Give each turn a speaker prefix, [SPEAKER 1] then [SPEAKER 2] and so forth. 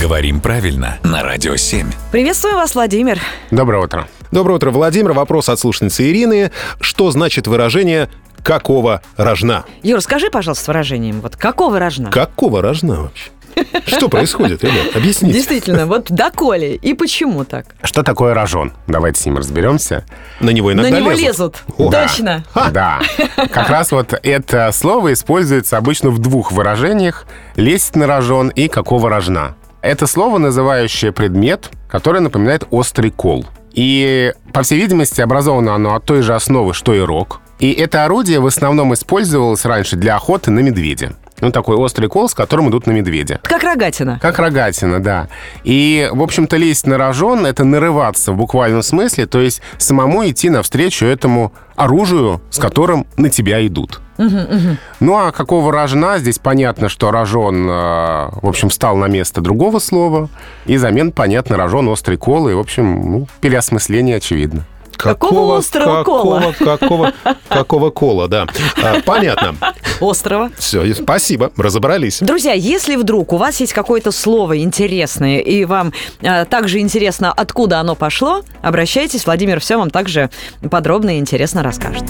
[SPEAKER 1] Говорим правильно на Радио 7.
[SPEAKER 2] Приветствую вас, Владимир.
[SPEAKER 3] Доброе утро.
[SPEAKER 4] Доброе утро, Владимир. Вопрос от слушницы Ирины. Что значит выражение «какого рожна»?
[SPEAKER 2] Юр, скажи, пожалуйста, выражением, вот какого рожна?
[SPEAKER 4] Какого рожна вообще? Что происходит, ребят? Объясните.
[SPEAKER 2] Действительно, вот доколе и почему так?
[SPEAKER 3] Что такое рожон? Давайте с ним разберемся.
[SPEAKER 4] На него иногда
[SPEAKER 2] На него
[SPEAKER 4] лезут.
[SPEAKER 2] лезут. Точно.
[SPEAKER 3] Да. Как раз вот это слово используется обычно в двух выражениях «лезть на рожон» и «какого рожна». Это слово, называющее предмет, который напоминает острый кол. И, по всей видимости, образовано оно от той же основы, что и рог. И это орудие в основном использовалось раньше для охоты на медведя. Ну, такой острый кол, с которым идут на медведя.
[SPEAKER 2] Как рогатина.
[SPEAKER 3] Как рогатина, да. И, в общем-то, лезть на рожон — это нарываться в буквальном смысле, то есть самому идти навстречу этому оружию, с которым на тебя идут. Ну а какого рожна? Здесь понятно, что рожон, э, в общем, встал на место другого слова, и замен, понятно, рожон острый кол, и, в общем, ну, переосмысление очевидно.
[SPEAKER 2] Какого острого кола?
[SPEAKER 4] какого, какого, какого кола, да. А, понятно.
[SPEAKER 2] Острова.
[SPEAKER 4] Все, спасибо, разобрались.
[SPEAKER 2] Друзья, если вдруг у вас есть какое-то слово интересное, и вам э, также интересно, откуда оно пошло, обращайтесь, Владимир все вам также подробно и интересно расскажет.